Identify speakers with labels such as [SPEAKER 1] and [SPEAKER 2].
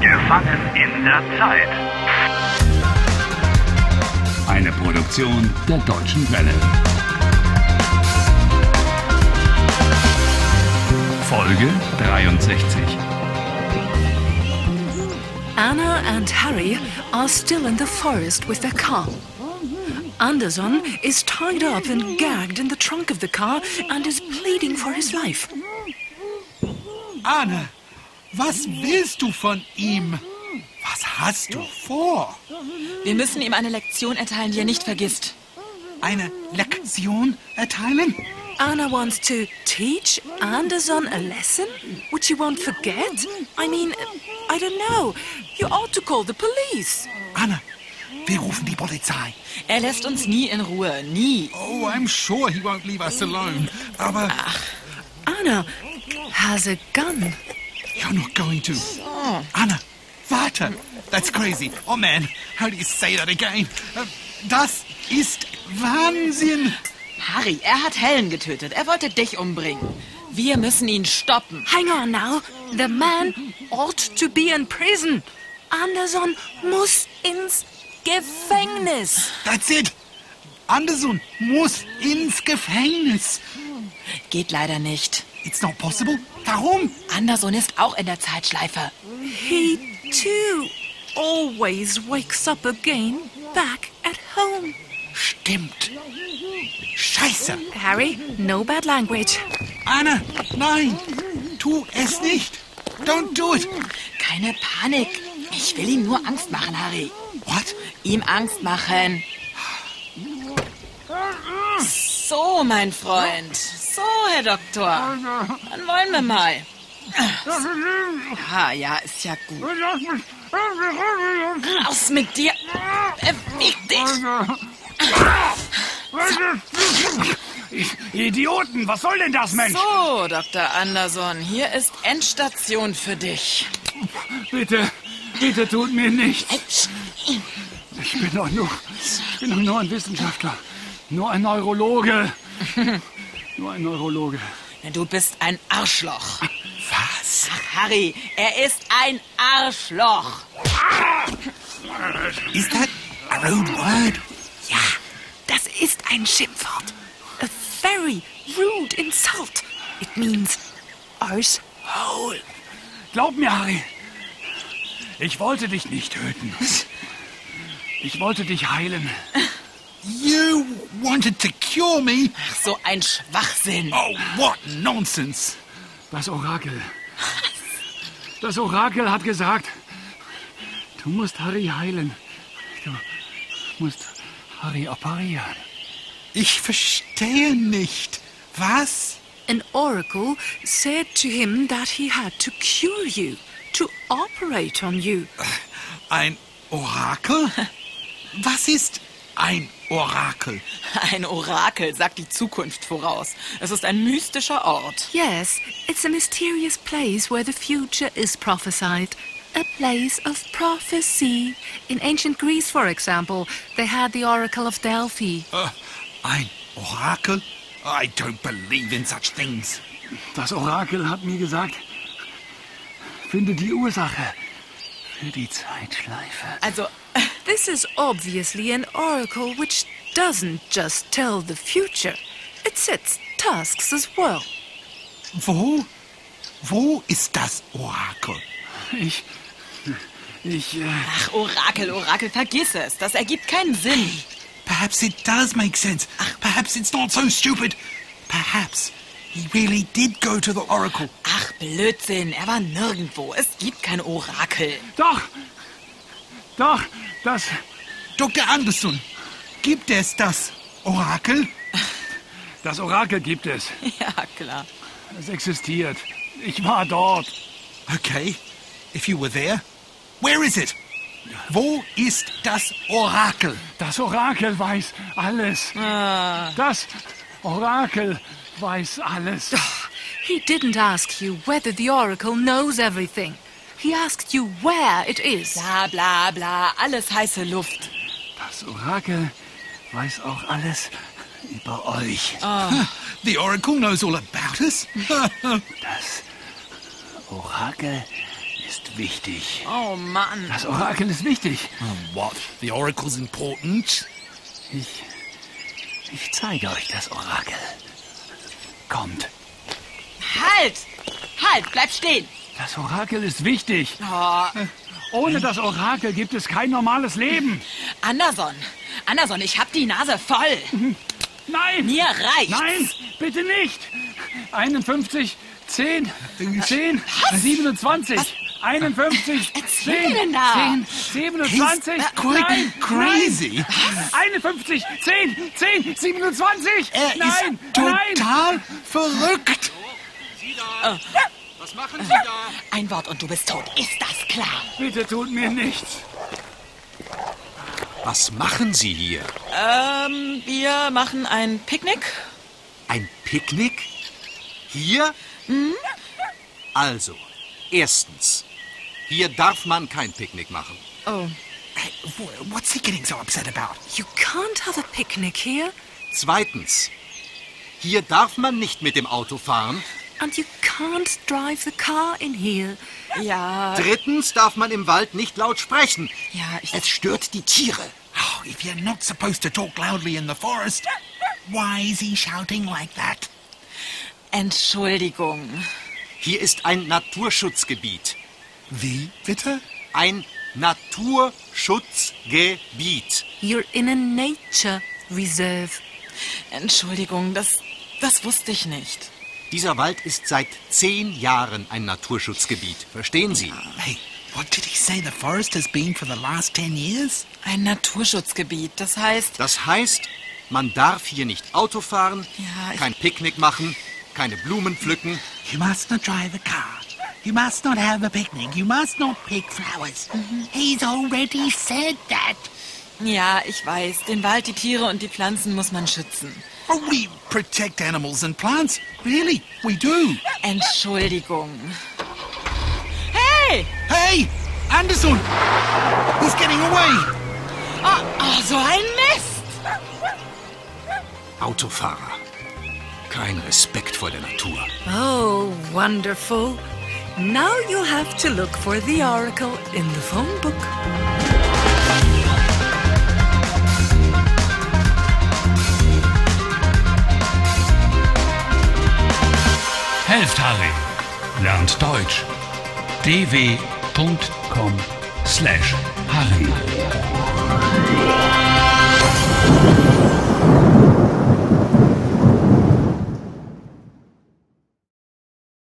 [SPEAKER 1] Gefangen in der Zeit.
[SPEAKER 2] Eine Produktion der Deutschen Welle. Folge 63.
[SPEAKER 3] Anna and Harry are still in the forest with their car. Anderson is tied up and gagged in the trunk of the car and is pleading for his life.
[SPEAKER 4] Anne, was willst du von ihm? Was hast du vor?
[SPEAKER 5] Wir müssen ihm eine Lektion erteilen, die er nicht vergisst.
[SPEAKER 4] Eine Lektion erteilen?
[SPEAKER 3] Anna wants to teach Anderson a lesson, which he won't forget. I mean, I don't know. You ought to call the police.
[SPEAKER 4] Anne, wir rufen die Polizei.
[SPEAKER 5] Er lässt uns nie in Ruhe, nie.
[SPEAKER 4] Oh, I'm sure he won't leave us alone. Aber
[SPEAKER 3] Anna has a gun.
[SPEAKER 4] you're not going to. Anne, warte. That's crazy. Oh man, how do you say that again? Äh, Das ist Wahnsinn.
[SPEAKER 5] Harry, er hat Helen getötet. Er wollte dich umbringen. Wir müssen ihn stoppen.
[SPEAKER 3] Hang on now. The man ought to be in prison. Anderson muss ins Gefängnis.
[SPEAKER 4] That's it. Anderson muss ins Gefängnis.
[SPEAKER 5] Geht leider nicht.
[SPEAKER 4] It's not possible. Warum?
[SPEAKER 5] Anderson ist auch in der Zeitschleife.
[SPEAKER 3] He too always wakes up again back at home.
[SPEAKER 4] Stimmt. Scheiße.
[SPEAKER 3] Harry, no bad language.
[SPEAKER 4] Anne, nein. Tu es nicht. Don't do it.
[SPEAKER 5] Keine Panik. Ich will ihm nur Angst machen, Harry.
[SPEAKER 4] What?
[SPEAKER 5] Ihm Angst machen. So, mein Freund. So, Herr Doktor. Dann wollen wir mal. Ja, ja, ist ja gut. Raus mit dir. Beweg dich.
[SPEAKER 6] Idioten, was soll denn das, Mensch?
[SPEAKER 5] So, Dr. Anderson, hier ist Endstation für dich.
[SPEAKER 6] Bitte, bitte tut mir nichts.
[SPEAKER 5] Psst.
[SPEAKER 6] Ich bin doch nur, ich bin doch nur ein Wissenschaftler, nur ein Neurologe. Nur ein Neurologe.
[SPEAKER 5] Du bist ein Arschloch.
[SPEAKER 4] Was?
[SPEAKER 5] Ach, Harry, er ist ein Arschloch.
[SPEAKER 4] Is that a rude word?
[SPEAKER 3] Ja, das ist ein Schimpfwort. A very rude insult. It means arsehole.
[SPEAKER 6] Glaub mir, Harry, ich wollte dich nicht töten. Ich wollte dich heilen.
[SPEAKER 4] You wanted to cure me?
[SPEAKER 5] Ach, so ein Schwachsinn.
[SPEAKER 4] Oh, what nonsense.
[SPEAKER 6] Das Orakel. Das Orakel hat gesagt, du musst Harry heilen. Du musst Harry operieren.
[SPEAKER 4] Ich verstehe nicht. Was?
[SPEAKER 3] An oracle said to him that he had to cure you, to operate on you.
[SPEAKER 4] Ein Orakel? Was ist ein Orakel?
[SPEAKER 5] Ein Orakel sagt die Zukunft voraus. Es ist ein mystischer Ort.
[SPEAKER 3] Yes, it's a mysterious place where the future is prophesied. A place of prophecy. In ancient Greece, for example, they had the Oracle of Delphi.
[SPEAKER 4] Äh, ein Orakel? I don't believe in such things.
[SPEAKER 6] Das Orakel hat mir gesagt, finde die Ursache für die Zeitschleife.
[SPEAKER 5] Also,
[SPEAKER 3] This is obviously an oracle which doesn't just tell the future, it sets tasks as well.
[SPEAKER 4] Wo? Wo ist das Orakel?
[SPEAKER 6] Ich, ich, äh,
[SPEAKER 5] ach, Orakel, Orakel, vergiss es. Das ergibt keinen Sinn.
[SPEAKER 4] Perhaps it does make sense. Perhaps it's not so stupid. Perhaps he really did go to the Oracle.
[SPEAKER 5] Ach, Blödsinn. Er war nirgendwo. Es gibt kein Orakel.
[SPEAKER 6] doch, doch, das,
[SPEAKER 4] Dr. Anderson, gibt es das Orakel?
[SPEAKER 6] das Orakel gibt es.
[SPEAKER 5] Ja, klar.
[SPEAKER 6] Es existiert. Ich war dort.
[SPEAKER 4] Okay, if you were there, where is it? Wo ist das Orakel?
[SPEAKER 6] Das Orakel weiß alles. Das Orakel weiß alles.
[SPEAKER 3] He didn't ask you whether the oracle knows everything. He asked you where it is.
[SPEAKER 5] Bla, bla, bla. Alles heiße Luft.
[SPEAKER 6] Das Orakel weiß auch alles über euch.
[SPEAKER 4] The Oracle knows all about us.
[SPEAKER 6] Das Orakel ist wichtig.
[SPEAKER 5] Oh Mann.
[SPEAKER 6] Das Orakel ist wichtig.
[SPEAKER 7] What? The oracle's important?
[SPEAKER 6] Ich, ich zeige euch das Orakel. Kommt.
[SPEAKER 5] Halt! Halt, bleib stehen!
[SPEAKER 6] Das Orakel ist wichtig.
[SPEAKER 7] Ah.
[SPEAKER 5] Oh,
[SPEAKER 6] Ohne das Orakel gibt es kein normales Leben.
[SPEAKER 5] Anderson, Anderson, ich hab die Nase voll.
[SPEAKER 6] Nein!
[SPEAKER 5] Mir reicht's.
[SPEAKER 6] Nein, bitte nicht! 51, 10, 10, 27, 51,
[SPEAKER 5] erzählen
[SPEAKER 6] 10,
[SPEAKER 5] wir denn da?
[SPEAKER 6] 10, 27,
[SPEAKER 5] He's
[SPEAKER 7] quite
[SPEAKER 6] nein,
[SPEAKER 7] crazy.
[SPEAKER 6] Nein, 51, 10, 10, 27,
[SPEAKER 7] Er
[SPEAKER 6] nein,
[SPEAKER 7] ist
[SPEAKER 6] nein!
[SPEAKER 7] total verrückt.
[SPEAKER 5] Ein Wort und du bist tot. Ist das klar?
[SPEAKER 6] Bitte tut mir nichts.
[SPEAKER 4] Was machen Sie hier?
[SPEAKER 5] Ähm, wir machen ein Picknick.
[SPEAKER 4] Ein Picknick? Hier?
[SPEAKER 6] Hm?
[SPEAKER 4] Also, erstens, hier darf man kein Picknick machen.
[SPEAKER 6] Oh.
[SPEAKER 7] Hey, wh- what's he getting so upset about?
[SPEAKER 3] You can't have a picnic here,
[SPEAKER 4] Zweitens, hier darf man nicht mit dem Auto fahren.
[SPEAKER 3] and you can't drive the car in here.
[SPEAKER 6] Äh.
[SPEAKER 5] Ja,
[SPEAKER 4] Drittens darf man im Wald nicht laut sprechen.
[SPEAKER 5] ja, ich,
[SPEAKER 4] Es stört die Tiere.
[SPEAKER 7] Oh, if you're not supposed to talk loudly in the forest, why is he shouting like that?
[SPEAKER 5] Entschuldigung.
[SPEAKER 4] Hier ist ein Naturschutzgebiet.
[SPEAKER 7] Wie bitte?
[SPEAKER 4] Ein Naturschutzgebiet.
[SPEAKER 3] You're in a nature reserve.
[SPEAKER 5] Entschuldigung, das, das wusste ich nicht.
[SPEAKER 4] Dieser Wald ist seit zehn Jahren ein Naturschutzgebiet. Verstehen Sie?
[SPEAKER 7] Hey, what did he say the forest has been for the last 10 years?
[SPEAKER 5] Ein Naturschutzgebiet, das heißt,
[SPEAKER 4] Das heißt, man darf hier nicht Auto fahren,
[SPEAKER 5] Ja, ich-
[SPEAKER 4] kein Picknick machen, keine Blumen pflücken.
[SPEAKER 7] You must not drive a car. You must not have a picnic. You must not pick flowers. He's already said that.
[SPEAKER 5] ja, ich weiß, den Wald, die Tiere und die Pflanzen muss man schützen.
[SPEAKER 7] Oh, we protect animals and plants. Really, we do.
[SPEAKER 5] Entschuldigung. Hey!
[SPEAKER 7] Hey, Anderson! He's getting away!
[SPEAKER 5] Oh, oh, so ein Mist!
[SPEAKER 4] Autofahrer. Kein Respekt vor der Natur.
[SPEAKER 3] Oh, wonderful. Now you'll have to look for the oracle in the phone book.
[SPEAKER 2] Helft Harry. Lernt Deutsch. dw.com/harry.